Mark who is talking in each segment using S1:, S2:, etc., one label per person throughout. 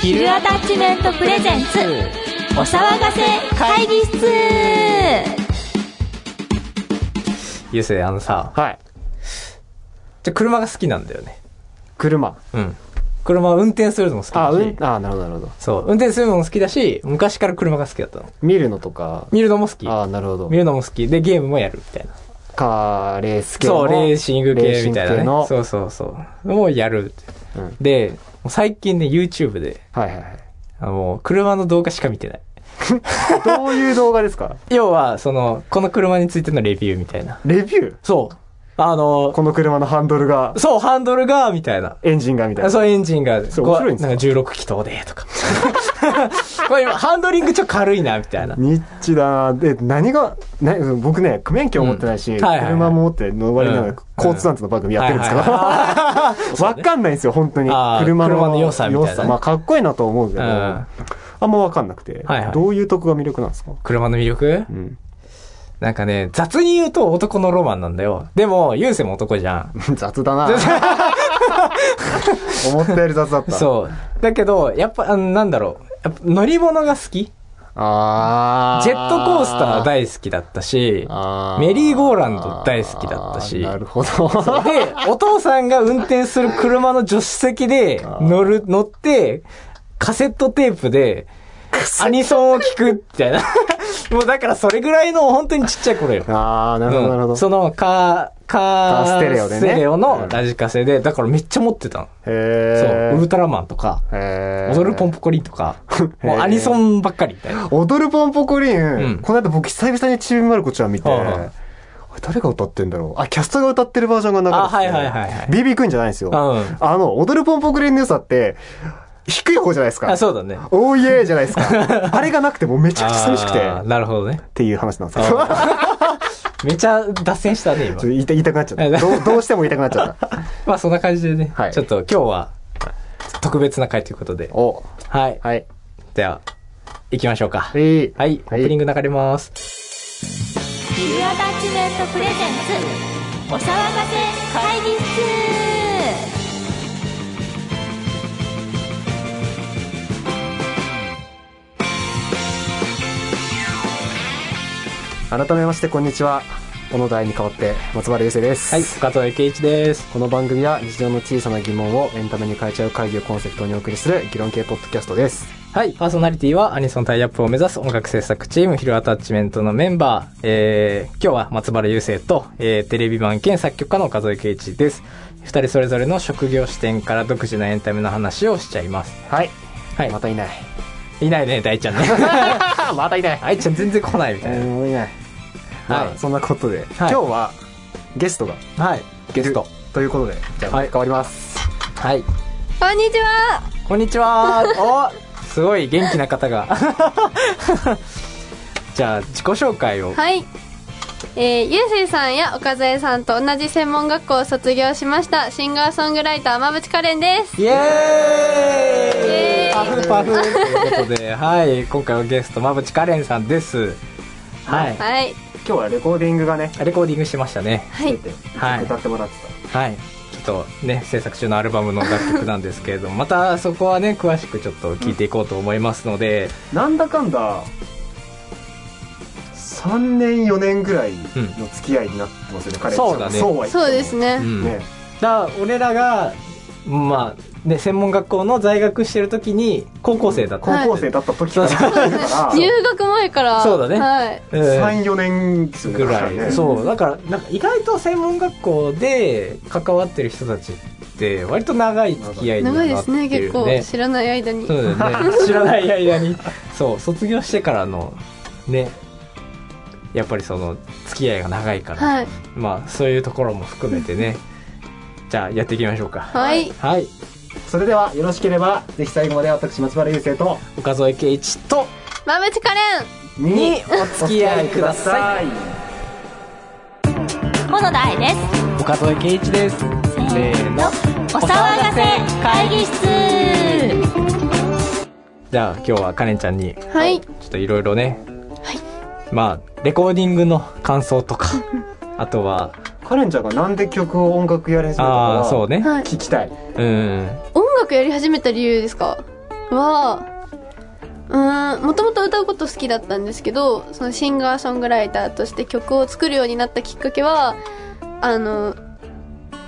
S1: ヒルアタッチメントプレゼンツお騒がせ会議室
S2: ゆうせいあのさ
S3: はい。
S2: じゃ車が好きなんだよね
S3: 車。
S2: うん車を運転するのも好きだし
S3: あ、うん。あ、なるほど、なるほど。
S2: そう運転するのも好きだし昔から車が好きだったの
S3: 見るのとか。
S2: 見るのも好き
S3: あ、なるほど
S2: 見。るのも好きでゲームもやるみたいな
S3: カーレース系の。
S2: そうレーシング系みたい
S3: レーシング系
S2: なね
S3: の。
S2: そうそうそうもうやる
S3: うん。はい
S2: でもう最近ね YouTube で
S3: はいはい。
S2: あのもう車の動画しか見てない
S3: どういう動画ですか
S2: 要はそのこの車についてのレビューみたいな
S3: レビュー
S2: そうあの
S3: この車のハンドルが、
S2: そうハンドルがみたいな
S3: エンジンがみたいな。
S2: そう、エンジンが、
S3: それ面白いんです
S2: こ
S3: か
S2: うなんか16気筒で、とか。 これ今、ハンドリングちょっと軽いな、みたいな。
S3: ニッチだなで、何が、ね、僕ね、免許持ってないし、
S2: うんはいはいはい
S3: 車も持って乗りながら、
S2: うん
S3: 交通安全の番組やってるんですか
S2: はいはい
S3: ら。 わ、かんないんですよ、本当に。
S2: あー
S3: 車の
S2: 車の良さみたいなね
S3: 良さまあ、かっこいいなと思うけど、
S2: うん
S3: あんまわかんなくて、
S2: はいはい
S3: どういうとこが魅力なんですか
S2: 車の魅力
S3: うん。
S2: なんかね、雑に言うと男のロマンなんだよ。でも、ゆうせも男じゃん。
S3: 雑だな 思ったより雑だった。う。
S2: そう。だけど、やっぱ、あのなんだろう。やっぱ乗り物が好き
S3: あ
S2: ジェットコースター
S3: 大
S2: 大好きだったし、メリーゴーランド大好きだったし。
S3: なるほど。
S2: で、お父さんが運転する車の助手席で乗る、乗って、カセットテープで、アニソンを聴く、みたいな。 もうだからそれぐらいの本当にちっちゃい頃よ。
S3: ああ、なるほど、なる
S2: う
S3: ほ
S2: んそ
S3: ど。
S2: のカー、カ
S3: カーステレオでね
S2: ステレオ
S3: う
S2: の
S3: ん
S2: ラジカセで、だからめっちゃ持ってたの。
S3: へ
S2: そう、ウル
S3: ー
S2: トラマンとか、
S3: へー
S2: 踊るポンポコリンとか、
S3: へー
S2: もうアニソンばっかりみたいな。
S3: 踊るポンポコリン、
S2: ん
S3: この間僕久々にちびまる子ちゃん見て、
S2: はいはい
S3: あれ誰が歌ってんだろうあ、キャストが歌ってるバージョンがなかったです
S2: あ
S3: ね
S2: はいはいはいはい
S3: BB くんじゃないんですよ。
S2: うん
S3: あの、踊るポンポコリンの良さって、低い方じゃないですか。
S2: あ、そうだね。
S3: おーいえーじゃないです か。あれがなくてもうめちゃくちゃ寂しくて、
S2: あー
S3: っ
S2: なるほどね。
S3: ていう話なんですけど。
S2: めちゃ脱線したね、今
S3: ちょっと。言いた言いたくなっちゃ った。どうどうしても言いたくなっちゃった。
S2: まあそんな感じでね、
S3: はい
S2: ちょっと今日は特別な回ということで。
S3: お、
S2: はい。
S3: はい。
S2: では、行きましょうか。
S3: は
S2: はい、
S3: い。
S2: オープニング流れます。
S1: ヒルアタッチメントプレゼンツお騒がせ会議室
S3: 改めまして、こんにちは。小野台に代わって、松原優生です。
S2: はい、岡藤圭一です。
S3: この番組は日常の小さな疑問をエンタメに変えちゃう会議をコンセプトにお送りする議論系ポッドキャストです。
S2: はい、パーソナリティはアニソンタイアップを目指す音楽制作チームヒルアタッチメントのメンバー、えー、今日は松原雄生と、えー、テレビ版兼作曲家の岡添圭一です。二人それぞれの職業視点から独自なエンタメの話をしちゃいます。
S3: はい。
S2: はい
S3: ま。た いない。
S2: いないね、大ちゃん ね。
S3: またいない。
S2: 大ちゃん全然来ないみたい
S3: もういない。
S2: はい
S3: まあそんなことで、今
S2: はい
S3: 日はゲストが
S2: な。はい、ゲスト。
S3: ということで、じゃあ、
S2: はい
S3: 変わります。
S2: はい。
S1: こんにちは
S2: こんにちは。お、すごい元気な方が。 じゃあ自己紹介を。
S4: はい。えー、ゆうせいさんや岡添さんと同じ専門学校を卒業しましたシンガーソングライター馬淵カレンです
S2: イエーイ
S4: イエーイ
S2: パフパフということで、はい、今回はゲスト馬淵カレンさんです。はい。
S4: はい
S3: 今日はレコーディングがね、
S2: レコーディングしてましたね。
S4: はい
S3: て
S2: はい
S3: 歌ってもらって
S2: はい。ちょっとね、制作中のアルバムの楽曲なんですけれども、またそこはね、詳しくちょっと聞いていこうと思いますので、
S3: た。なんだかんだ、3年4年ぐらいの付き合いになってますよね、彼
S2: そうだね
S3: そうは言っても
S4: そうです。ね、
S2: うん
S3: ね。
S2: だから俺らが、まあ、ね、専門学校の在学してる時に、高校生だった。
S3: 高校生だった時から
S2: は
S3: 付き合ってるから、
S4: 入学前から
S2: そうだね
S4: はい、
S2: うん
S3: 34年ですよね
S2: ぐ
S3: だ
S2: ら
S3: か
S2: い、
S3: ね
S2: そうだからなんか意外と専門学校で関わってる人たちって割と長い付き合いになっ
S4: 長
S2: て
S4: い
S2: る
S4: で
S2: よ
S4: すね
S2: ね
S4: 結構知らない間に
S2: そうだよ ね知らない間にそう卒業してからのねやっぱりその付き合いが長いから、
S4: はい
S2: まあそういうところも含めてねじゃあやっていきましょうか
S4: はい
S2: はい
S3: それではよろしければぜひ最後まで私松原優生と
S2: 岡添圭一と
S4: 馬淵カレ
S2: にお付き合いください
S1: 小野大です
S2: 岡添圭一ですせーの
S1: お騒がせ会議室
S2: じゃあ今日はカレンちゃんに
S4: ンはい
S2: ちょっといろいろね、まあレコーディングの感想とかあとは
S3: カレンちゃんがなんで曲を音楽やり始めたのか
S2: ああ
S3: は
S2: そうね
S4: はい
S3: 聞きたい
S2: うん
S4: 音楽やり始めた理由ですかはうーんもともと歌うこと好きだったんですけどそのシンガーソングライターとして曲を作るようになったきっかけはあの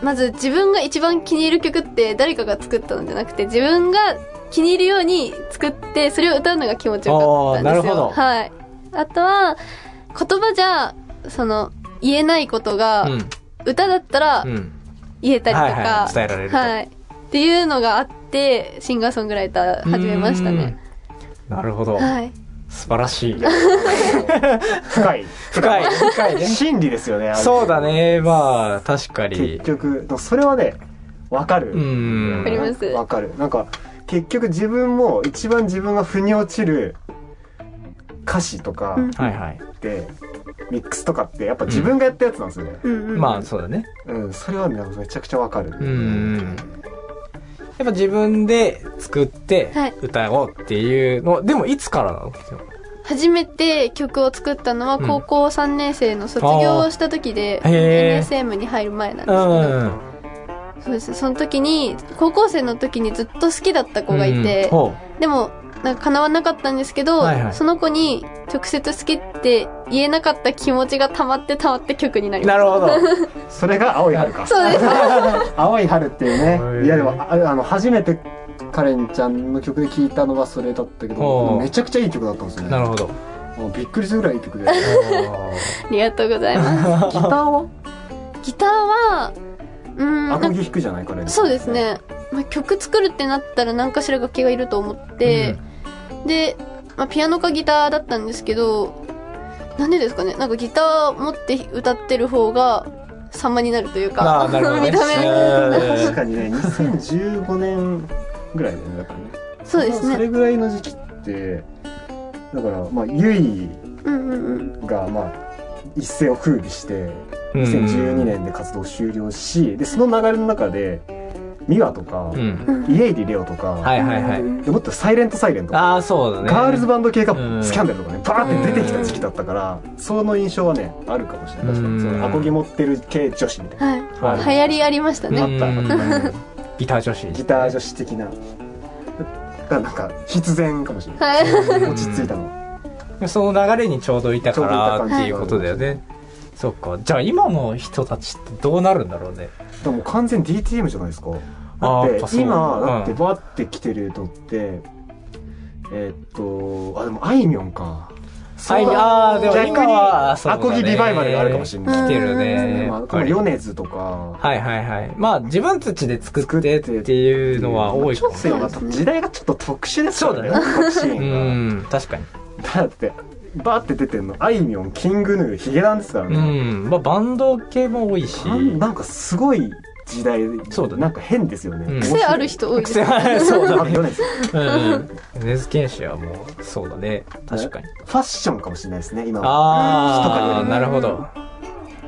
S4: まず自分が一番気に入る曲って誰かが作ったのじゃなくて自分が気に入るように作ってそれを歌うのが気持ちよかったんですよ。
S2: あーなるほど
S4: はい、あとは言葉じゃその言えないことが、歌だったら
S2: うん。うん。
S4: 言えたりとか、
S2: はいはい伝えられると
S4: はいっていうのがあってシンガーソングライター始めましたね。
S2: うん。なるほど。
S4: はい
S2: 素晴らしい。
S3: 深い。
S2: 深い。深いね。
S3: 真理ですよね。あれ
S2: そうだ。ね。まあ、確かに
S3: 結。局、でもそれはね、わかる。
S2: うん。
S4: わかります
S3: わかる。なんか、結局自分も一番自分が腑に落ちる歌詞とか
S4: うん
S2: はいはい。
S3: って、ミックスとかって、やっぱ自分がやったやつなんですよね。
S4: うんうん
S2: まあ、そうだね。
S3: うん、それはね、なんかめちゃくちゃわかる。
S2: うん。やっぱ自分で作って
S4: はい
S2: 歌おうっていうの、でもいつからなの
S4: 初めて曲を作ったのは高校3年生の卒業をした時で、
S2: あーへー
S4: NSM に入る前なんですけど、
S2: うん。
S4: そうですその時に高校生の時にずっと好きだった子がいて
S2: うん、ほ
S4: でもなんか叶わなかったんですけど、
S2: はいはい
S4: その子に直接好きって言えなかった気持ちが溜まって溜まって曲になり
S2: う
S4: ま
S2: な
S4: し
S2: るほど。
S3: それが青い春か
S4: た。。 そうです
S3: 青い春っていう
S2: はい
S3: ね。いやでも、ああの、初めてカレンちゃんの曲で聴いたのはそれだったけ
S2: お
S3: ど、
S2: う
S3: めちゃくちゃいい曲だったんですよ
S2: なる
S3: ね。
S2: ほど。
S3: もうびっくりするぐらいいい曲で。
S4: ありがとうございます。
S3: ギターは
S4: ギターは、うーん、
S3: ア
S4: な
S3: コ
S4: んか
S3: ギ弾くじゃないカレンちゃん
S4: そうです。ね。まあ、曲作るってなったら何かしら楽器がいると思って、で、まあ、ピアノかギターだったんですけど、なんでですかねなんかギター持って歌ってる方が様になるという
S2: あ
S4: か、
S2: あ、なるほどね。
S4: 見た目。
S3: 確
S2: う
S3: かにね、2015年ぐらいだよね、だからね。
S4: そうです
S3: そ
S4: ね。
S3: れぐらいの時期って、だから、まあ、ゆい
S4: うんうんうん。
S3: が、まあ、一世を風靡して、
S2: ん
S3: 2012。年で活動終了し、で、その流れの中で、ミワとか
S2: う、ん。
S3: イエイリレオとか、
S2: はいはいはい。
S3: でもっとサイレントサイレントとか、
S2: ああ、そうだね。
S3: ガールズバンド系が
S2: うん
S3: スキャンダルとかね、バーって出てきた時期だったから、その印象はね、あるかもしれない。確か
S2: うん
S3: に。そのアコギ持ってる系女子みたいな。
S4: はい。
S3: ある
S4: 流行りありましたね。
S2: うんギター女子。
S3: ギター女子的な。だからなんか、必然かもしれない。
S4: はい。
S3: 落ち着いたの。
S2: その流れにちょうどいたか
S3: ちょ
S2: ら
S3: う
S2: っ
S3: どいた感じ
S2: ていうことだよね。そっか。じゃあ今の人たちってどうなるんだろうね。
S3: でも完全 DTM じゃないですか。
S2: あーやっ
S3: だ
S2: ぱ
S3: っ
S2: そう
S3: て、今、
S2: うん
S3: だってバーって来てるとって、えーっと、あ、でもあいみょんか。
S2: あいみょんあーでも今は
S3: 逆に、アコギリバイバルがあるかもしれない。
S4: うん
S2: 来てる
S3: ね
S2: ね。や
S3: まあ
S2: っ
S3: こ
S2: ぱ
S3: れ
S2: り
S3: ヨネズとか、
S2: はいはいはい。まあ自分たちで作ってっていうのは多い
S3: ち
S2: か
S3: ょ
S2: も
S3: っ
S2: ね
S3: とやっぱ時代がちょっと特殊ですよね。特殊シ
S2: う
S3: ーン
S2: ん、確かに。
S3: が。だって、バーって出てんの、あいみょん、キングヌー、ヒゲダンですから
S2: う
S3: ね。
S2: ん。まあバンド系も多いし。
S3: なんなんかすごい時代
S2: そうだね
S3: なんか変ですよね。
S2: うん
S4: 癖ある人多いです
S2: 癖。はない そうだ
S3: あ
S2: ね。
S3: ヨネズ。
S2: うん。米津玄師はもう、そうだね。確かに。
S3: ファッションかもしれないですね、今は。
S2: ああ、
S3: うん
S2: なるほど。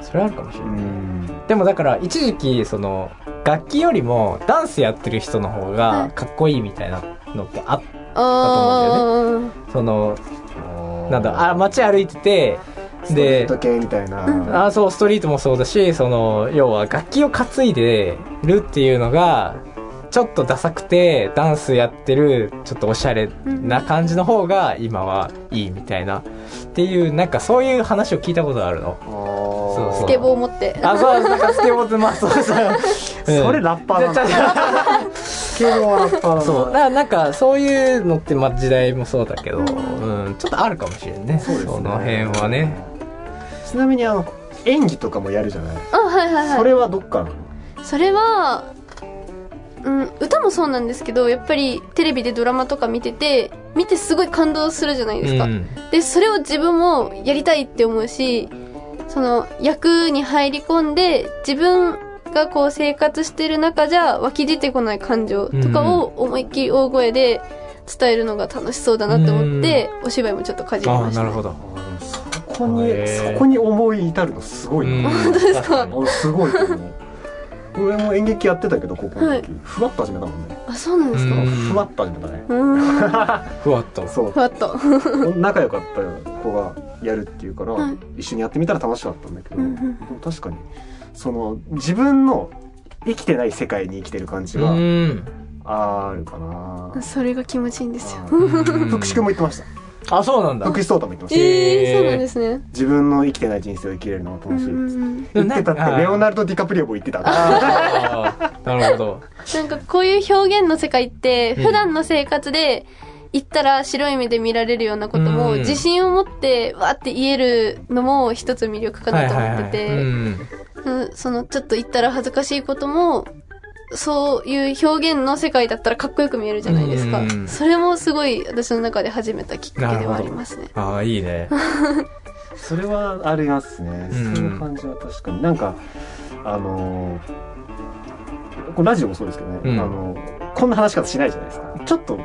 S2: それあるかもしれ
S3: う
S2: ない。
S3: ん。
S2: でもだから、一時期、その、楽器よりもダンスやってる人の方
S4: は
S2: が
S4: い
S2: かっこいいみたいなのってあっ
S4: あ
S2: その、な
S3: な
S2: んだ、あ、街歩いてて、
S3: で、
S2: で
S3: スト、系みたいな。
S2: あそうストリートもそうだしその要は楽器を担いでるっていうのがちょっとダサくてダンスやってるちょっとおしゃれな感じの方が今はいいみたいなっていうなんかそういう話を聞いたことあるの
S3: そう
S4: あ、
S2: そ
S4: ス
S2: う
S4: ケボー持って。
S2: あそうなんかスケボーってまあそうそう、うん
S3: それラッパーなん
S2: じゃ
S3: だ。
S2: じゃ
S3: スケボーはラッパーなんだ
S2: そうだからなんかそういうのってまあ時代もそうだけど、うん、ちょっとあるかもしれんね
S3: そうですね
S2: の辺はね
S3: ちなみにあの、演技とかもやるじゃない。
S4: あ、はいはいはい。
S3: それはどっからなの
S4: それは、うん、歌もそうなんですけどやっぱりテレビでドラマとか見てて見てすごい感動するじゃないですか、
S2: うん
S4: でそれを自分もやりたいって思うしその役に入り込んで自分がこう生活してる中じゃ湧き出てこない感情とかを思いっきり大声で伝えるのが楽しそうだなって思って、お芝居もちょっとかじり
S2: あ
S4: ま
S2: あ
S4: した
S2: なるほど
S3: あーそこに、
S2: へー
S3: そこに思い至るのすごいな。
S2: 本当ですか
S3: 俺すごいと思う。俺も演劇やってたけど、高校の時。ふわっと始めたもんね。
S4: あそうなんですか
S2: うん
S3: ふわっと始めたね。
S4: うーん
S2: ふわっと
S3: そう
S4: ふ。わっと
S3: 仲良かった子がやるっていうから、
S4: はい
S3: 一緒にやってみたら楽しかったんだけど、
S4: うんうん
S3: でも確かにその自分の生きてない世界に生きてる感じは、
S2: うん
S3: あるかな
S4: それが気持ちいいんですよ。
S3: 福士君も言ってました
S2: あ、そうなんだ。
S3: 福士蒼太も言ってました
S4: ええー、そうなんですね。
S3: 自分の生きてない人生を生きれるのは
S4: う
S3: 楽
S4: ん
S3: し
S4: う
S3: い
S4: んうん
S3: 言ってたってレオナルド・ディカプリオも言ってたって
S2: あーなるほど。
S4: なんかこういう表現の世界って、普段の生活で言ったら白い目で見られるようなことも、
S2: うん
S4: 自信を持ってわーって言えるのも一つ魅力かなと思ってて、
S2: うん
S4: うんそのちょっと言ったら恥ずかしいことも、そういう表現の世界だったらかっこよく見えるじゃないですか。
S2: うん
S4: それもすごい私の中で始めたきっかけではありますね。
S2: ああ、いいね。
S3: それはありますね、
S2: うん
S3: そういう感じは確かになんかあのーこれラジオもそうですけどね、
S2: うん
S3: あのーこんな話し方しないじゃないですかちょっと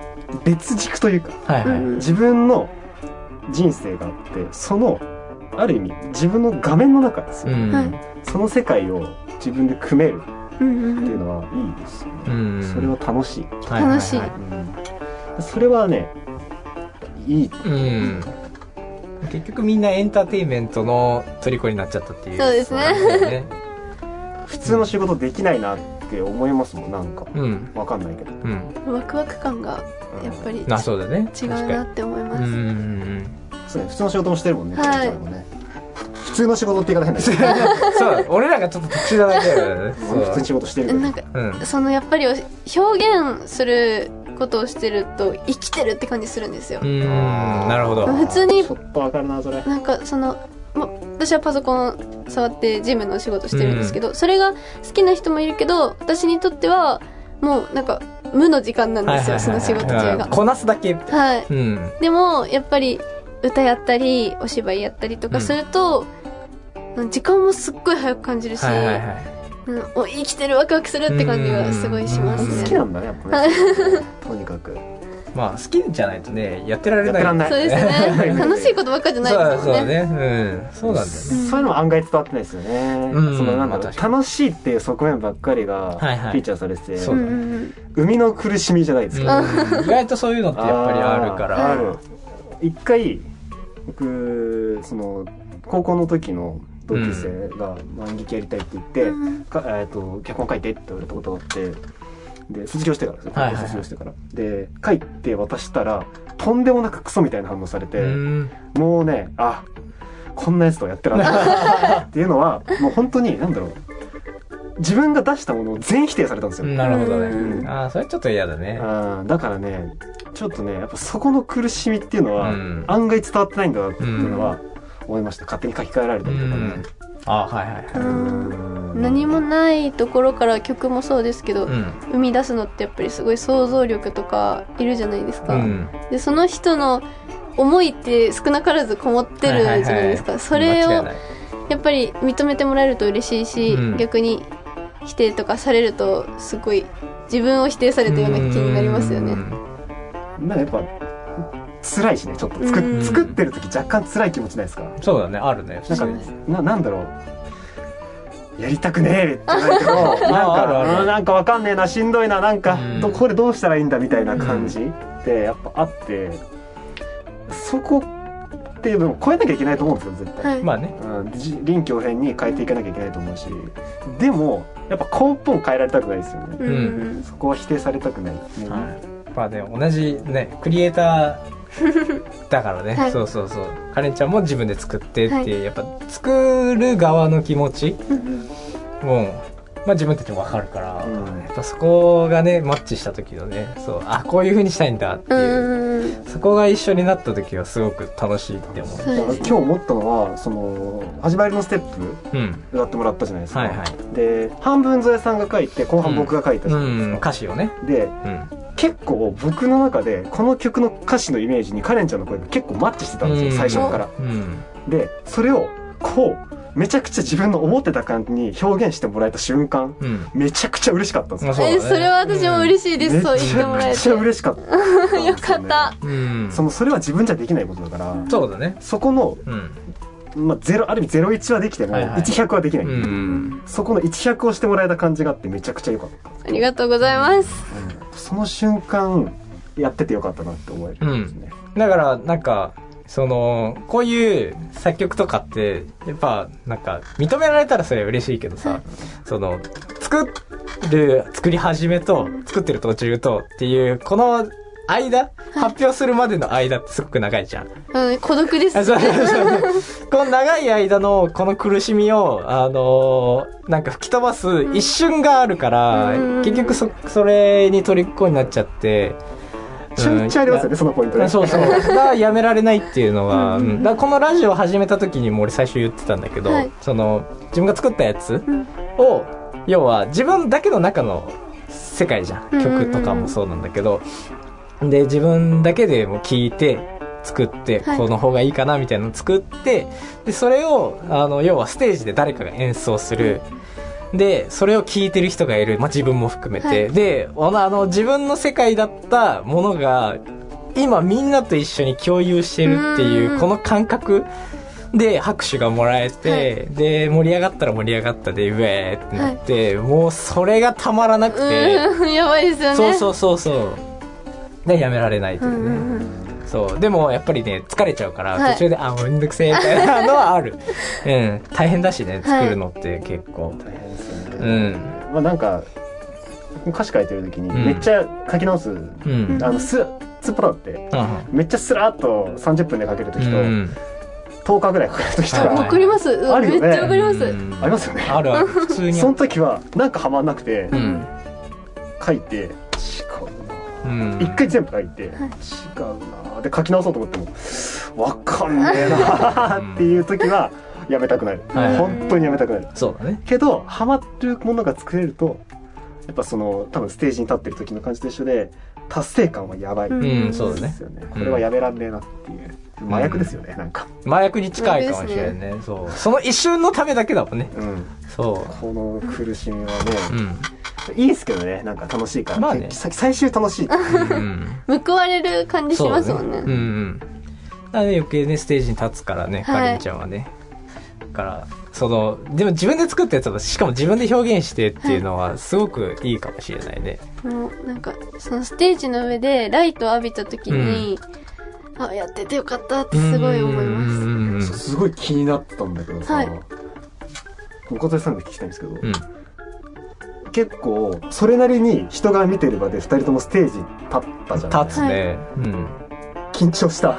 S3: 別軸というか
S2: はいは
S4: う
S2: い。
S4: ん
S3: 自分の人生があってそのある意味自分の画面の中です
S2: う
S3: よ、
S2: ん。
S3: その世界を自分で組める
S4: うんうん
S3: って
S4: う
S3: いうんのはいいですよね、
S2: うん
S3: それは楽しい、
S2: ははは
S4: 楽しい
S3: うんそれはねいい
S2: うん。結局みんなエンターテインメントの虜になっちゃったっていう。
S4: そうですね
S2: 感じだよね。
S3: 普通の仕事できないなって思いますもんなんか
S2: うん。
S3: わかんないけど
S2: うん。
S4: ワクワク感がやっぱり
S2: な、そうだね。
S4: 違うなって思います。
S2: 確かに。うんうんうん。
S3: そうね普通の仕事もしてるもんね。
S4: はい
S3: ちゃんとね普通の仕事って言い方変 だけど、
S2: そうだ、俺らがちょっと特殊だだけだ よね。そう
S3: 普通に仕事してるけど
S4: なんか
S2: うん。
S4: そのやっぱりお表現することをしてると生きてるって感じするんですよ
S2: う。ん。なる ほど。
S4: 普通に
S3: ちょっとわかるなそれ。
S4: なんかそのま私はパソコン触ってジムのお仕事してるんですけど、それが好きな人もいるけど私にとってはもうなんか無の時間なんですよ、その仕事中
S2: うん
S4: が。
S2: こなすだけ。
S4: はい、
S2: うん。
S4: でもやっぱり歌やったりお芝居やったりとかすると、時間もすっごい早く感じるし、
S2: はいはいはい。
S4: うん、お生きてるワクワクするって感じがすごいします
S3: 好
S4: ね
S3: き。なんだねやっ ぱね。とにかく
S2: まあ好きじゃないとねやってられ
S3: やっ
S2: ない
S3: てらんない。
S4: そうですね。楽しいことばっかりじゃない
S2: そう
S4: で
S2: だ
S4: す
S2: そ
S4: も
S2: うだ
S4: んね。
S2: ねうんそうなんだよね
S3: そういうのも案外伝わってないですよね。
S2: うん
S3: そのなん
S2: ま
S3: だ
S2: あ
S3: ろ
S2: 確
S3: う
S2: か
S3: 楽しいっていう側面ばっかりがフ
S2: はいはい
S3: ィーチャーされてて、
S2: そうだ
S4: ん
S2: ね
S4: うん
S3: 生みの苦しみじゃないですか。
S2: うん意外とそういうのってやっぱりあるか
S3: あ
S2: ら
S3: ーある一回僕その高校の時の同級生が万劇やりたいって言って、
S4: うん
S3: かえー、と脚本書いてって言われたことがあってで卒業してからですよ
S2: はいはい
S3: 高校卒業してから、で書いて渡したらとんでもなくクソみたいな反応されて、
S2: うん
S3: もうねあこんなやつとはやってらんない っていうのはもう本当になんだろう自分が出したものを全否定されたんですよ、
S2: なるほど
S4: う
S2: ね
S3: ん
S2: ああそれちょっと嫌だね
S3: あーだからねちょっとねやっぱそこの苦しみっていうのは、
S2: うん
S3: 案外伝わってないんだなっていうのは思いました、勝手に書き換えられたりとかね、
S2: あーはいはいは
S4: うん
S3: うん
S4: 何もないところから曲もそうですけど、
S2: いうん
S4: 生み出すのってやっぱりすごい想像力とかいるじゃないです
S2: う
S4: か。
S2: ん
S4: でその人の思いって少なからずこもってるじゃないですか。それを
S2: 間違いない
S4: やっぱり認めてもらえると嬉しいし、
S2: うん
S4: 逆に否定とかされるとすごい自分を否定されたような気になりますよね。
S2: うん
S3: なんかやっぱ辛いしねちょっと作,、
S4: うん
S3: 作ってる時若干辛い気持ちないですか
S2: そうだねあるね普
S3: なん
S2: 通
S3: か
S2: に
S3: ななんだろうやりたくねえってなるけどなん
S2: あるある
S3: かうんなんかわかんねえなしんどいななんか
S2: うん
S3: どこれどうしたらいいんだみたいな感じってやっぱあってそこってでも超えなきゃいけないと思うんですよ絶対。
S4: はい。
S2: まあね
S3: うんじ臨機応変に変えていかなきゃいけないと思うしでもやっぱ根本変えられたくないですよね、
S4: うんうん
S3: そこは否定されたくない、ね
S2: まあね同じねクリエイターだからね
S4: はい
S2: そうそうそうカレンちゃんも自分で作ってっ
S4: は
S2: て
S4: い
S2: やっぱ作る側の気持ちもうまあ自分たちもわかるから
S3: うん
S2: やっぱそこがねマッチした時のねそうあこういう風にしたいんだって
S4: う
S2: いう、
S4: んうん
S2: そこが一緒になった時はすごく楽しいって思
S4: そう
S2: う
S4: ですね
S3: 今日思ったのはその始まりのステップ
S2: うん
S3: 歌ってもらったじゃないですか、
S2: はいはい
S3: で半分ゾエさんが書いて後半僕が書いたじ
S2: う
S3: ゃないです
S2: ん
S3: か、
S2: 歌詞をね
S3: で
S2: うん
S3: 結構僕の中でこの曲の歌詞のイメージにカレンちゃんの声が結構マッチしてたんですよ、
S2: うん
S3: 最初から。
S2: うん
S3: でそれをこうめちゃくちゃ自分の思ってた感じに表現してもらえた瞬間
S2: うん
S3: めちゃくちゃ嬉しかったんです
S2: まあ
S3: よ。
S2: うだね
S4: えそれは私も嬉しいです、そう言ってもらえて。
S3: めちゃくちゃ嬉しかったんですよ ね
S4: よかった。
S2: うん
S3: そのそれは自分じゃできないことだから
S2: そうだね
S3: そこの、
S2: うん
S3: まあ、ゼロある意味01はできても
S2: はいはい
S3: 1100はできない、
S2: うん
S3: そこの100をしてもらえた感じがあってめちゃくちゃ良かった、
S4: ありがとうございます。
S3: その瞬間やってて良かったなって思えるんですね、
S2: だからなんかそのこういう作曲とかってやっぱなんか認められたらそれは嬉しいけどさその作る、作り始めと、作ってる途中とっていう、この間、発表するまでの間ってすごく長いじゃん。
S4: うん、孤独です
S2: あ。そうそうそうそうこの長い間のこの苦しみを、あのーなんか吹き飛ばす一瞬があるから、
S4: うん
S2: 結局そ、それに取りっこになっちゃって。
S3: ちょいちょいありますよね、そのポイントね。
S2: そうそう。だからやめられないっていうのは、うんだからこのラジオを始めた時にも俺最初言ってたんだけど、
S4: はい
S2: その、自分が作ったやつ
S4: ん
S2: を、要は自分だけの中の世界じゃん。
S4: うんうんうん
S2: 曲とかもそうなんだけど、で、自分だけでも聞いて、作って、
S4: はい
S2: この方がいいかなみたいなのを作って、で、それを、あの、要はステージで誰かが演奏する。で、それを聞いてる人がいる。まあ、自分も含めて。
S4: はい
S2: で、あの、あの自分の世界だったものが、今みんなと一緒に共有してるっていうう、
S4: ん
S2: この感覚で拍手がもらえて、で、盛り上がったら盛り上がったで、ウェーってなって、もうそれがたまらなくて、
S4: うん、 やばいですよね。
S2: そうそうそうそう。で、やめられないと
S4: う
S2: い
S4: ん
S2: う
S4: う
S2: ね。
S4: んうん。
S2: そう。でも、やっぱりね、疲れちゃうから、
S4: はい
S2: 途中で、あ、もうめんどくせえ、みたいなのは ある。うん。大変だしね、作るのって結構。
S3: 大変ですよ
S2: う
S3: ね。
S2: ん。
S3: まあなんか、歌詞書いてる時に
S2: ん
S3: めっちゃ書き直す、
S2: うん。
S3: あの、す、つっぱだって、めっちゃスラーっと30分で書ける
S2: う
S3: 時と、
S2: ん。
S3: 10日ぐらいかかる時と
S2: はい
S4: わ
S3: か、
S4: かります。うん
S3: あるよね
S4: めっちゃわかります。
S2: うん
S3: ありますよね
S2: あるある。普通にあ
S3: その
S2: る。
S3: 時はなんかハマんなくて、
S2: うん。
S3: 書いて、違うな
S2: うん。
S3: 一回全部書いて、違うなで書き直そうと思ってもわかんねえなっていう 時はやめたくなる、
S2: はい
S3: 本当にやめたくなる
S2: そうだね。
S3: けどハマるものが作れるとやっぱその多分ステージに立ってる時の感じと一緒で達成感はやばい、
S4: うん
S2: うん、そうだ
S3: で
S2: ね
S3: す。よねこれはやめらんねえなっていう、麻薬ですよねなんか、
S2: 麻薬に近いかもしれないね。そう。その一瞬のためだけだもんね。
S3: うん、
S2: そ
S3: この苦しみはね、
S2: う。うん。
S3: いいですけどねなんか楽しいから、
S2: まあね
S3: さ最終楽しい
S2: うん。
S4: 報われる感じしますもんね。
S2: そうだうんうん。なので余計ね、ステージに立つからね、
S4: はい
S2: かりんちゃんはね。だから、その、でも自分で作ったやつだと、しかも自分で表現してっていうのは、すごくいいかもしれないね。
S4: もうなんかそのステージの上でライトを浴びた時に、あやっててよかったってすごい思います。
S2: うんうんうんうん
S3: そうすごい気になったんだけどさ、
S4: はい
S3: 岡添さんで聞きたいんですけど、
S2: うん。
S3: 結構それなりに人が見てる場で2人ともステージ立ったじゃない
S2: 立つね。うん。
S3: 緊張した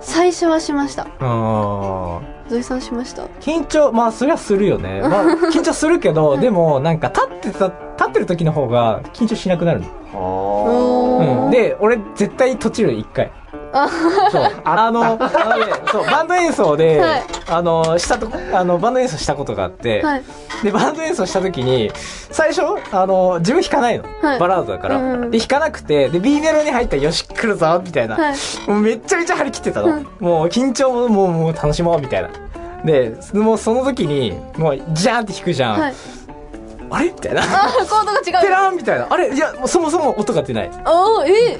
S4: 最初はしました。
S2: あ
S4: 土井さんしました。
S2: ー緊張、まあ、そりゃする よね。まあ、緊張するけど、でも、なんか、立ってた、立ってる時の方が、緊張しなくなるの。
S4: おー
S2: うん、で、俺絶対途中一回。そう。あの、あのねそう、バンド演奏で、
S4: はい
S2: あの、したと、あの、バンド演奏したことがあって、
S4: はい。
S2: で、バンド演奏した時に、最初、あの、自分弾かないの。
S4: はい
S2: バラードだから。
S4: うんうん
S2: で、弾かなくて、で、B メロに入ったら、よし、来るぞ、みたいな。
S4: はい
S2: もうめっちゃめちゃ張り切ってたの。
S4: うん
S2: もう緊張も、もう、もう楽しもう、みたいな。で、もうその時に、もう、ジャーンって弾くじゃん。
S4: はい。
S2: あれみたいな。
S4: あコードが違
S2: ペ
S4: う。
S2: ラーンみたいな。あれいや、もうそもそも音が出ない。
S4: おーえ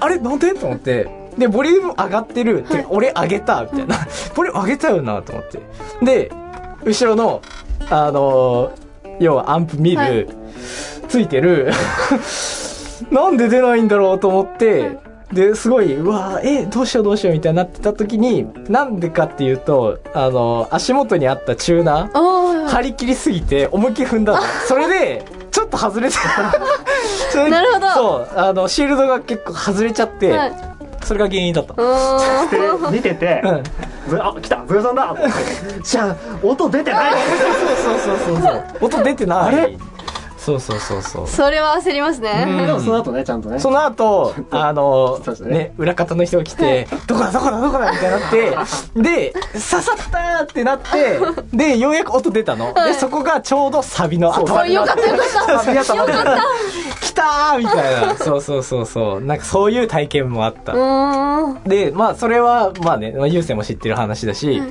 S2: あれなんでと思って。で、ボリューム上がってる。て俺上げたみたいな。 ボリューム上げたよなと思って。で、後ろの、あのー要はアンプ見る、
S4: はい
S2: ついてる。 なんで出ないんだろうと思って、で、すごい、うわーえ、どうしようどうしようみたいになってた時に、なんでかっていうと、あのー足元にあったチューナー、
S4: ー、おー
S2: 張り切りすぎて思いっきり踏んだのそれでちょっと外れてそれで
S4: なるほど
S2: そうあのシールドが結構外れちゃって、
S4: はい
S2: それが原因だった、
S4: おー
S3: で見てて
S2: うん
S3: 「ずあ来たブヨさんだ!」 じゃあ音出てない
S2: そうそうそうそう音出てない
S3: あれ
S2: そうそうそうそう
S4: それは焦ります
S2: うん
S4: ね。
S3: でもその後ねちゃんとね
S2: その後、あの
S3: そうです、ね
S2: ね、裏方の人が来て、どこだどこだどこだみたいになって、で、刺さったーってなって、で、ようやく音出たの。で、そこがちょうどサビの後。
S4: およかったよかった。
S3: ありがとうございます
S2: 来たーみたいな。そうそうそうそう。なんかそういう体験もあった
S4: う。ーん。
S2: で、まあ、それは、まあね、まあゆうせいも知ってる話だし、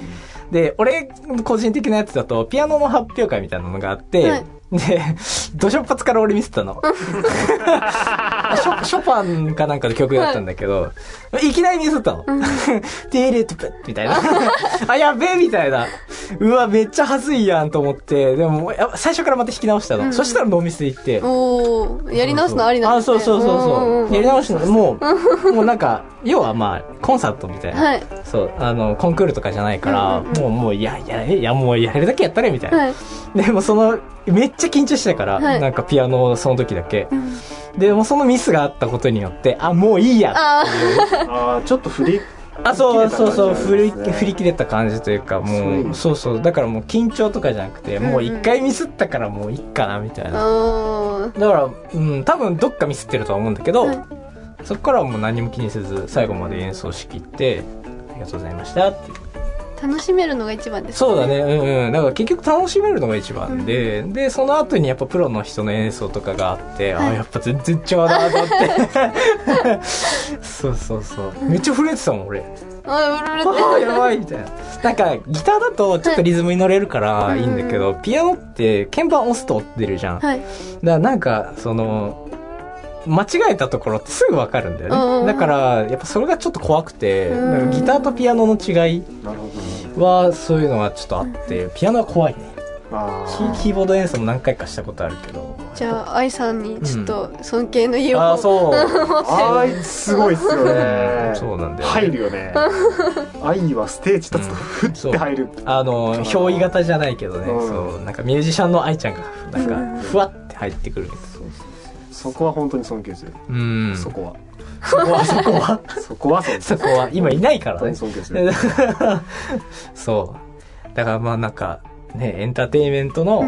S2: で、俺、個人的なやつだと、ピアノの発表会みたいなのがあって、
S4: はい
S2: で、どしょっぱつから俺見せ たの。ショショパンかなんかの曲だったんだけど、い、きなりミスったの。 テレトゥプッみたいな。 あ、やべえみたいな。うわ、めっちゃはずいやんと思って、でも、や最初からまた弾き直したの。そしたらノーミスでいって、
S4: おーやり直すのありなんですね。
S2: あそうそうそうそううやり直すのもうもうなんか要はまあコンサートみたいな、
S4: はい
S2: そうあのコンクールとかじゃないから、
S4: うんうんうん
S2: もうもういやいやいやもうやるだけやったれみたいな、
S4: はい
S2: でもそのめっちゃ緊張してたから、
S4: はい
S2: なんかピアノをその時だけ
S4: うん
S2: でもうそのミスがあったことによってあもういいや
S4: あ
S3: ああちょっと振り
S2: あそうそうそう振
S3: 振
S2: り
S3: り切れた感じなんで
S2: 振り切れた感じと
S3: すね
S2: いうかもうそうそうだからもう緊張とかじゃなくて、
S4: うんうん
S2: もう一回ミスったからもういっかなみたい
S4: ー
S2: な、
S4: あー
S2: だからうん多分どっかミスってるとは思うんだけど、
S4: はい
S2: そこからはもう何も気にせず最後まで演奏しきってありがとうございましたって
S4: 楽しめるのが一番です
S2: そうだねうんうんだから結局楽しめるのが一番で、でその後にやっぱプロの人の演奏とかがあって、あ
S4: はい
S2: やっぱ全然違うなと思ってそうそうそうめっちゃ震えてたもん俺
S4: あーうるる
S2: ああやばいみたいななんかギターだとちょっとリズムに乗れるから
S4: はい
S2: いいんだけど、ピアノって鍵盤押すと出るじゃん、
S4: ってはい
S2: だからなんかその間違えたところってすぐ分かるんだ
S4: うんうん
S2: よ
S4: うん
S2: ねだからやっぱそれがちょっと怖くて
S4: うん
S2: なんかギターとピアノの違い
S3: なるほどね
S2: はそういうのはちょっとあってピアノは怖いね
S3: あ
S2: キ
S3: ー
S2: キーボード演奏も何回かしたことあるけど
S4: じゃあ愛さんにちょっと尊敬の意を、
S2: ああそう、
S3: あーすごいっすよ
S2: う
S3: ね
S2: んそうなんだよ、ね
S3: 入るよね 愛はステージ立つとふ
S2: そう
S3: って入る
S2: あの憑依型じゃないけどね、
S3: うん
S2: そうなんかミュージシャンの愛ちゃんがなんかふわって入ってくるみたいな
S3: そこは本当に尊敬する
S2: うん
S3: そこは
S2: そこはそこは
S3: そこは尊敬す
S2: そ
S3: る
S2: こは今いないから
S3: 本当
S2: ね
S3: に尊敬する
S2: そうだからまあなんかねエンターテインメントの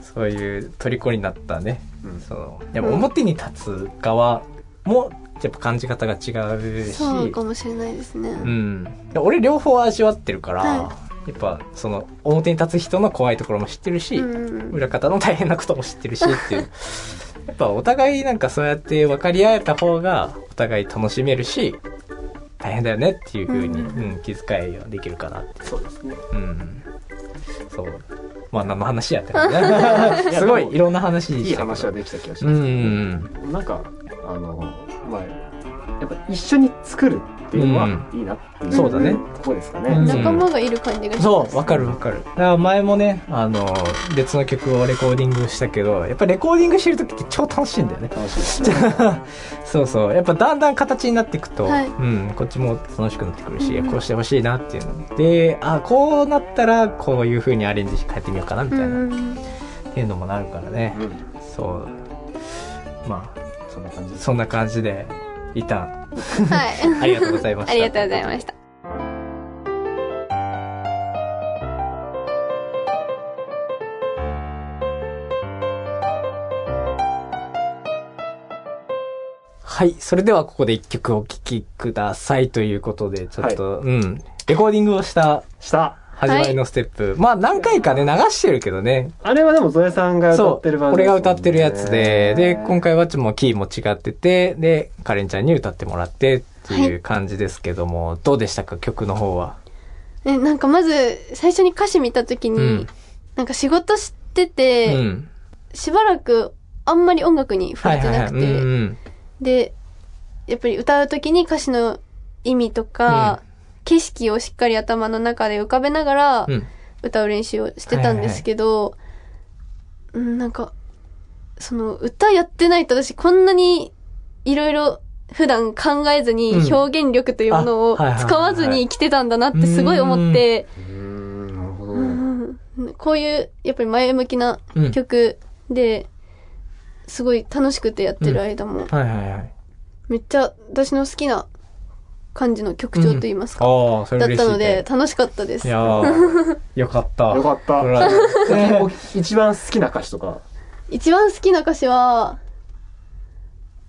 S2: そういう虜になったね、
S3: うん
S2: そのやっぱ表に立つ側もやっぱ感じ方が違うし
S4: そうかもしれないですね、
S2: うん、俺両方味わってるから、
S4: は
S2: やっぱその表に立つ人の怖いところも知ってるし、
S4: うん
S2: 裏方の大変なことも知ってるし っていうやっぱお互いなんかそうやって分かり合えた方がお互い楽しめるし大変だよねっていう風に、
S4: う
S2: うん気遣いはできるかなって
S3: そうですね
S2: うんそうまあ何の話やったらねすごいいろんな話で
S3: いい
S2: したけど
S3: 話はできた気がし
S2: う
S3: ま
S2: ん
S3: す
S2: うんうん
S3: なんかあのまあやっぱ一緒に作るっていうのは
S2: うん
S3: いいなってい
S2: そうだね
S3: とこですか
S2: うん
S3: ね
S4: 仲間がいる感じがします
S2: そう、わかるわかる。だから前もね、あの、別の曲をレコーディングしたけど、やっぱレコーディングしてる時って超楽しいんだよね。
S3: 楽しいですね
S2: そうそう。やっぱだんだん形になっていくと、
S4: はい
S2: うん、こっちも楽しくなってくるし、
S4: うんうん
S2: こうしてほしいなっていうの。で、あ、こうなったら、こういう風にアレンジ変えてみようかな、みたいな、
S4: うん
S2: っ
S4: うん
S2: ていうのもなるからね。
S3: うん
S2: そう。まあ、
S3: そんな感じです
S2: そんな感じで、一旦、
S4: はい
S2: ありがとうございました
S4: ありがとうございました
S2: はい。それではここで一曲お聴きくださいということで、ちょっと、うん。レコーディングをした
S3: した
S2: 始まりのステップ。まあ何回かね、流してるけどね。
S3: あれはでもゾエさんが歌
S2: そ
S3: ってる
S2: う。
S3: バージョン
S2: 俺が歌ってるやつで、で、今
S3: 回
S2: 回はちょっともうキーも違ってて、で、カレンちゃんに歌ってもらってってい
S4: は
S2: う感じですけども、どうでしたか曲の方は。
S4: えなんかまず最初に歌詞見た時に、
S2: うん
S4: なんか仕事して
S2: う
S4: て、
S2: ん。
S4: しばらくあんまり音楽に触
S2: は
S4: れ
S2: い
S4: て
S2: はい
S4: な
S2: は
S4: く
S2: い。
S4: て、
S2: うんうん。
S4: でやっぱり歌う時に歌詞の意味とか、景色をしっかり頭の中で浮かべながら
S2: うん。
S4: 歌う練習をしてたんですけど、うんなんかその歌やってないと私こんなにいろいろ普段考えずに
S2: うん
S4: 表現力というものを
S2: あはいはいはいはい
S4: 使わずに生きてたんだなってすごい思って、
S3: うんなるほど
S4: うんこういう、やっぱり前向きな
S2: うん
S4: 曲で、すごい楽しくてやってる間も、
S2: はいはいはい。
S4: めっちゃ私の好きな感じの曲調と言いますか、
S2: ああ、それ
S4: だっ
S2: 嬉しいね。
S4: たので、楽しかったです。
S2: いや ー、よかった。
S3: よかった
S2: これは
S3: お一番好きな歌詞 とか
S4: 一番好きな歌詞は、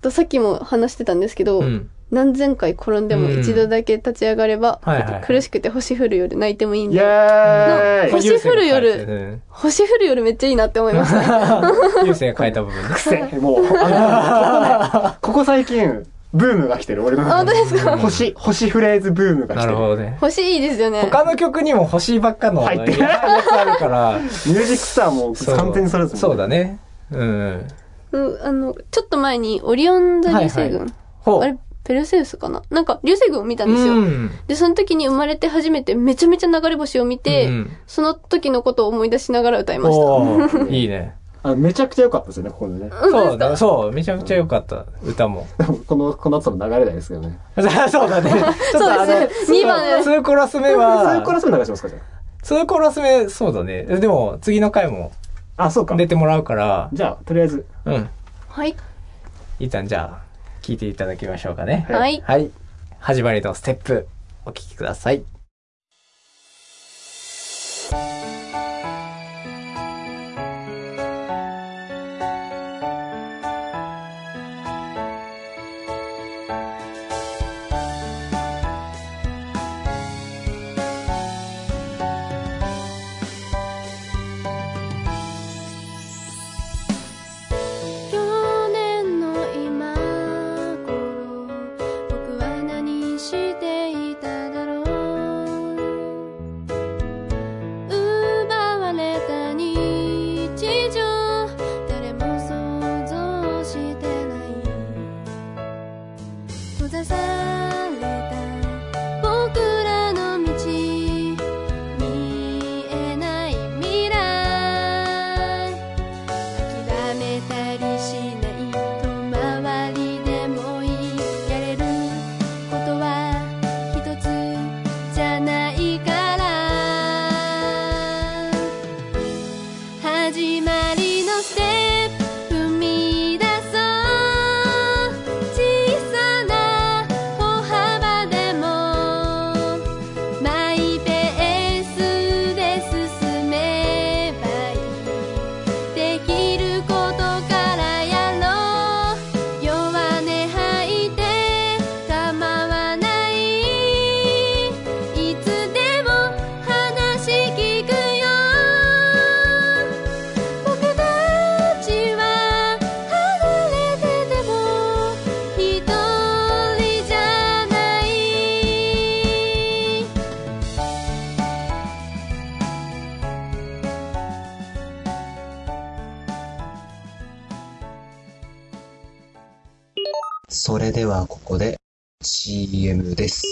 S4: とさっきも話してたんですけど、
S2: うん。
S4: 何千回転んでも一度だけ立ち上がれば、
S2: うんはいはい
S4: 苦しくて星降る夜泣いてもいいん
S3: イエ
S4: だ。
S3: ーイ
S4: の星降る夜
S2: うん
S4: 星降る夜めっちゃいいなって思いま した。
S2: 流星が変えた部分ね。
S3: 癖もうあのここねここ最近ブームが来てる俺の
S4: あ本
S3: 中
S4: 当
S3: で
S4: ですか
S3: 星星フレーズブームが来
S2: な
S3: て
S2: る
S3: る
S2: ほどね。
S4: 星いいですよね。
S2: 他の曲にも星ばっかの
S3: 入ってる
S2: やつあるから。
S3: ミュージックスターも完全にそれぞれ
S2: そうだね。うん。
S4: うんあの、ちょっと前にオリオン座流星群。
S2: はいほう。
S4: あれ、ペルセウスかななんか、流星群を見たんですよ。
S2: うん
S4: で、その時に生まれて初めてめちゃめちゃ流れ星を見て、
S2: うん
S4: その時のことを思い出しながら歌いました。
S2: おーいいね。
S5: あめちゃくちゃ良かったですよね、ここ でね。
S2: そうだ、そう、めちゃくちゃ良かった、歌も。
S5: でもこの、この後の流れないですけどね。
S2: そうだね。 ちょっとあの
S6: そうですね二番
S2: ツーコラス目は、
S5: そういうコラスも流しますか、じゃ
S2: ツーコラス目、そうだね。でも、次の回も
S5: あ。あ、そうか。
S2: 出てもらうから、
S5: じゃあ、とりあえず。
S2: うん。
S6: はい。
S2: 一旦じゃあ、聞いていただきましょうかね。
S6: はい。
S2: はい。始まりのステップ、お聞きください。
S4: 去年の今頃僕は何していただろう奪われた日常誰も想像してない閉ざされた僕らの道見えない未来諦めたりしない遠回りでもいいやれることは一つじゃないから始まりのステップ踏み出そう小さな歩幅でもマイペースで進めばいいできることからやろう弱音吐いて構わないいつでも話聞くよ僕たちは離れてても一人じゃない
S7: それではここで CM です。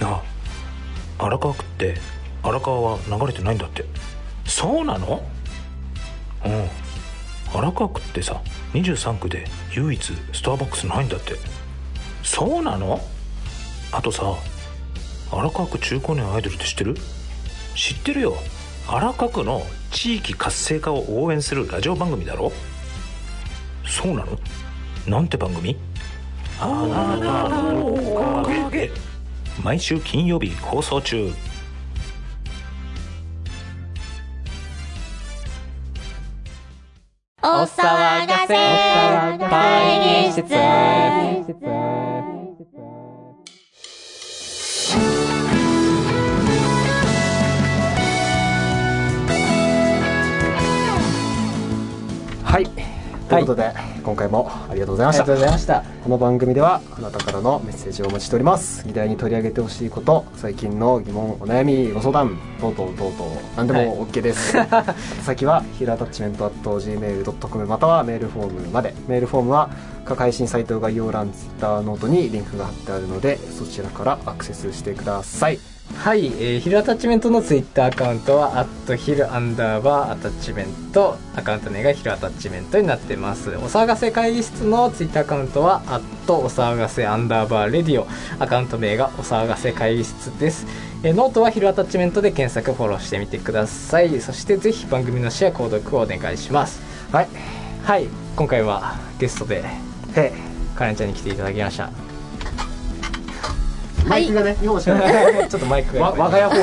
S8: なあ荒川区って荒川は流れてないんだってそうなのうん荒川区ってさ23区で唯一スターバックスないんだってそうなのあとさ荒川区中高年アイドルって知ってる知ってるよ荒川区の地域活性化を応援するラジオ番組だろそうなのなんて番組あなたのおかげ毎週金曜日放送中
S9: お騒がせ会議室
S3: はい。ということで、今回もありがとうございました。
S2: ざいました。
S3: この番組ではあなたからのメッセージをお待ちしております議題に取り上げてほしいこと最近の疑問お悩みご相談等々等々何でも OK です、先はヒルアタッチメント at gmail.com またはメールフォームまでメールフォームは各配信サイト概要欄 Twitter ノートにリンクが貼ってあるのでそちらからアクセスしてください
S2: はい、えー、ヒルアタッチメントのツイッターアカウントは、アットヒルアンダーバーアタッチメント、アカウント名がヒルアタッチメントになってます。お騒がせ会議室のツイッターアカウントは、アットお騒がせアンダーバーレディオ、アカウント名がお騒がせ会議室です。えーノートはヒルアタッチメントで検索フォローしてみてください。そしてぜひ番組のシェア、購読をお願いします。
S3: はい
S2: はい、今回はゲストで、
S3: へ
S2: カレンちゃんに来ていただき ました。
S5: マイクがね、日本しかない。
S2: ちょっとマイクが
S5: わ我が家放送。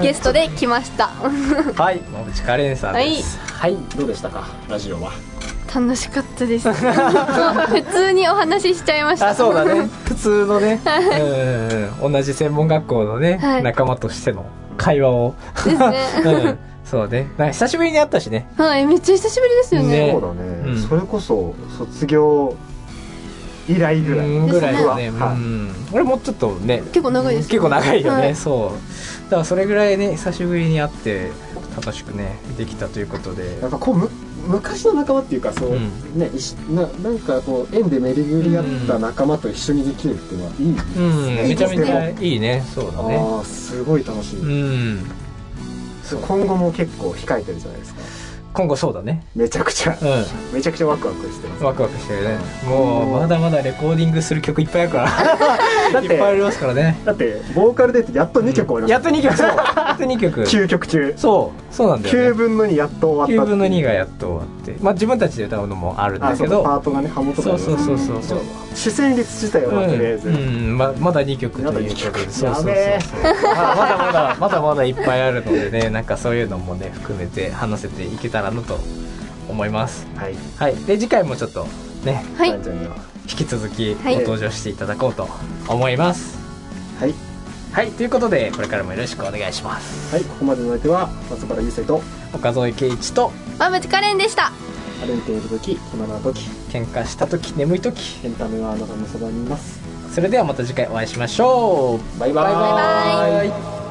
S6: ゲストで来ました。
S2: はい、馬淵カレンさんです。はい、
S5: どうでしたかラジオは。
S6: 楽しかったです。 普通にお話ししちゃいました。
S2: あそうだ ね普通のねうん同じ専門学校のね、
S6: はい
S2: 仲間としての会話を、
S6: ですね。
S2: うん、そうねなんか久しぶりに会ったしね
S6: はい、めっちゃ久しぶりですよね。
S2: ね
S5: そうだね、
S2: うん
S5: それこそ卒業以来ぐらい、
S2: うんぐらいだ
S5: で
S2: ね、
S5: すね
S2: う
S5: はい
S2: ん、俺もうちょっとね
S6: 結構長いです、
S2: 結構長いよね、
S6: はい
S2: そうだからそれぐらいね久しぶりに会って楽しくねできたということで
S5: なんかこうむ昔の仲間っていうかそう、
S2: うん
S5: ねいしななんかこう縁で巡り合った仲間と一緒にできるっていうのはいい、
S2: うんめちゃめち
S5: いい
S2: ゃいいねそうだね
S5: ああすごい楽しい、
S2: うん
S3: それ今後も結構控えてるじゃないですか
S2: 今後そうだね
S3: めちゃくちゃ
S2: う
S3: めちゃくちゃワクワクしてます
S2: んワクワクしてるねもうまだまだレコーディングする曲いっぱいあるか ら
S3: だっ
S2: いっぱいあり
S3: て
S2: ますからね
S3: だってボーカルでやっと2曲終わりま
S2: や
S3: し
S2: っと2曲そうやっと2曲
S3: た9曲中
S2: そうそうなんだ
S3: 9
S2: よ、ね、
S3: 分の2やっと終
S2: 9
S3: わった
S2: 分の2がやっと終わってまあ自分たちで歌うのもあるんだ
S3: あそ
S2: け
S3: う
S2: ど
S3: パートがねハモとか
S2: そうそうそうそう
S3: ち
S2: そ
S3: ょ
S2: う
S3: っと主旋律自体はとりあえず、
S2: うん、うんままだ2曲ということでそうそうそう
S3: やべえ
S2: そうまあまだまだまだまだいっぱいあるのでね なんかそういうのもね含めて話せていけたらなと思います
S3: はい
S2: はいで次回もちょっとね
S4: はい
S3: 誕生日は
S2: 引き続きご
S4: はい
S2: 登場していただこうと思います
S3: はい
S2: はいということでこれからもよろしくお願いします
S3: はいここまでの相手は松原優生と
S2: 岡添圭一と
S4: まぶちかれんでした
S3: 歩いている時小七の時
S2: 喧嘩した時眠い時
S3: エンタメはあなたのそばにいます
S2: それではまた次回お会いしましょう
S3: バイバ
S2: バイバイ
S3: イ
S2: バイ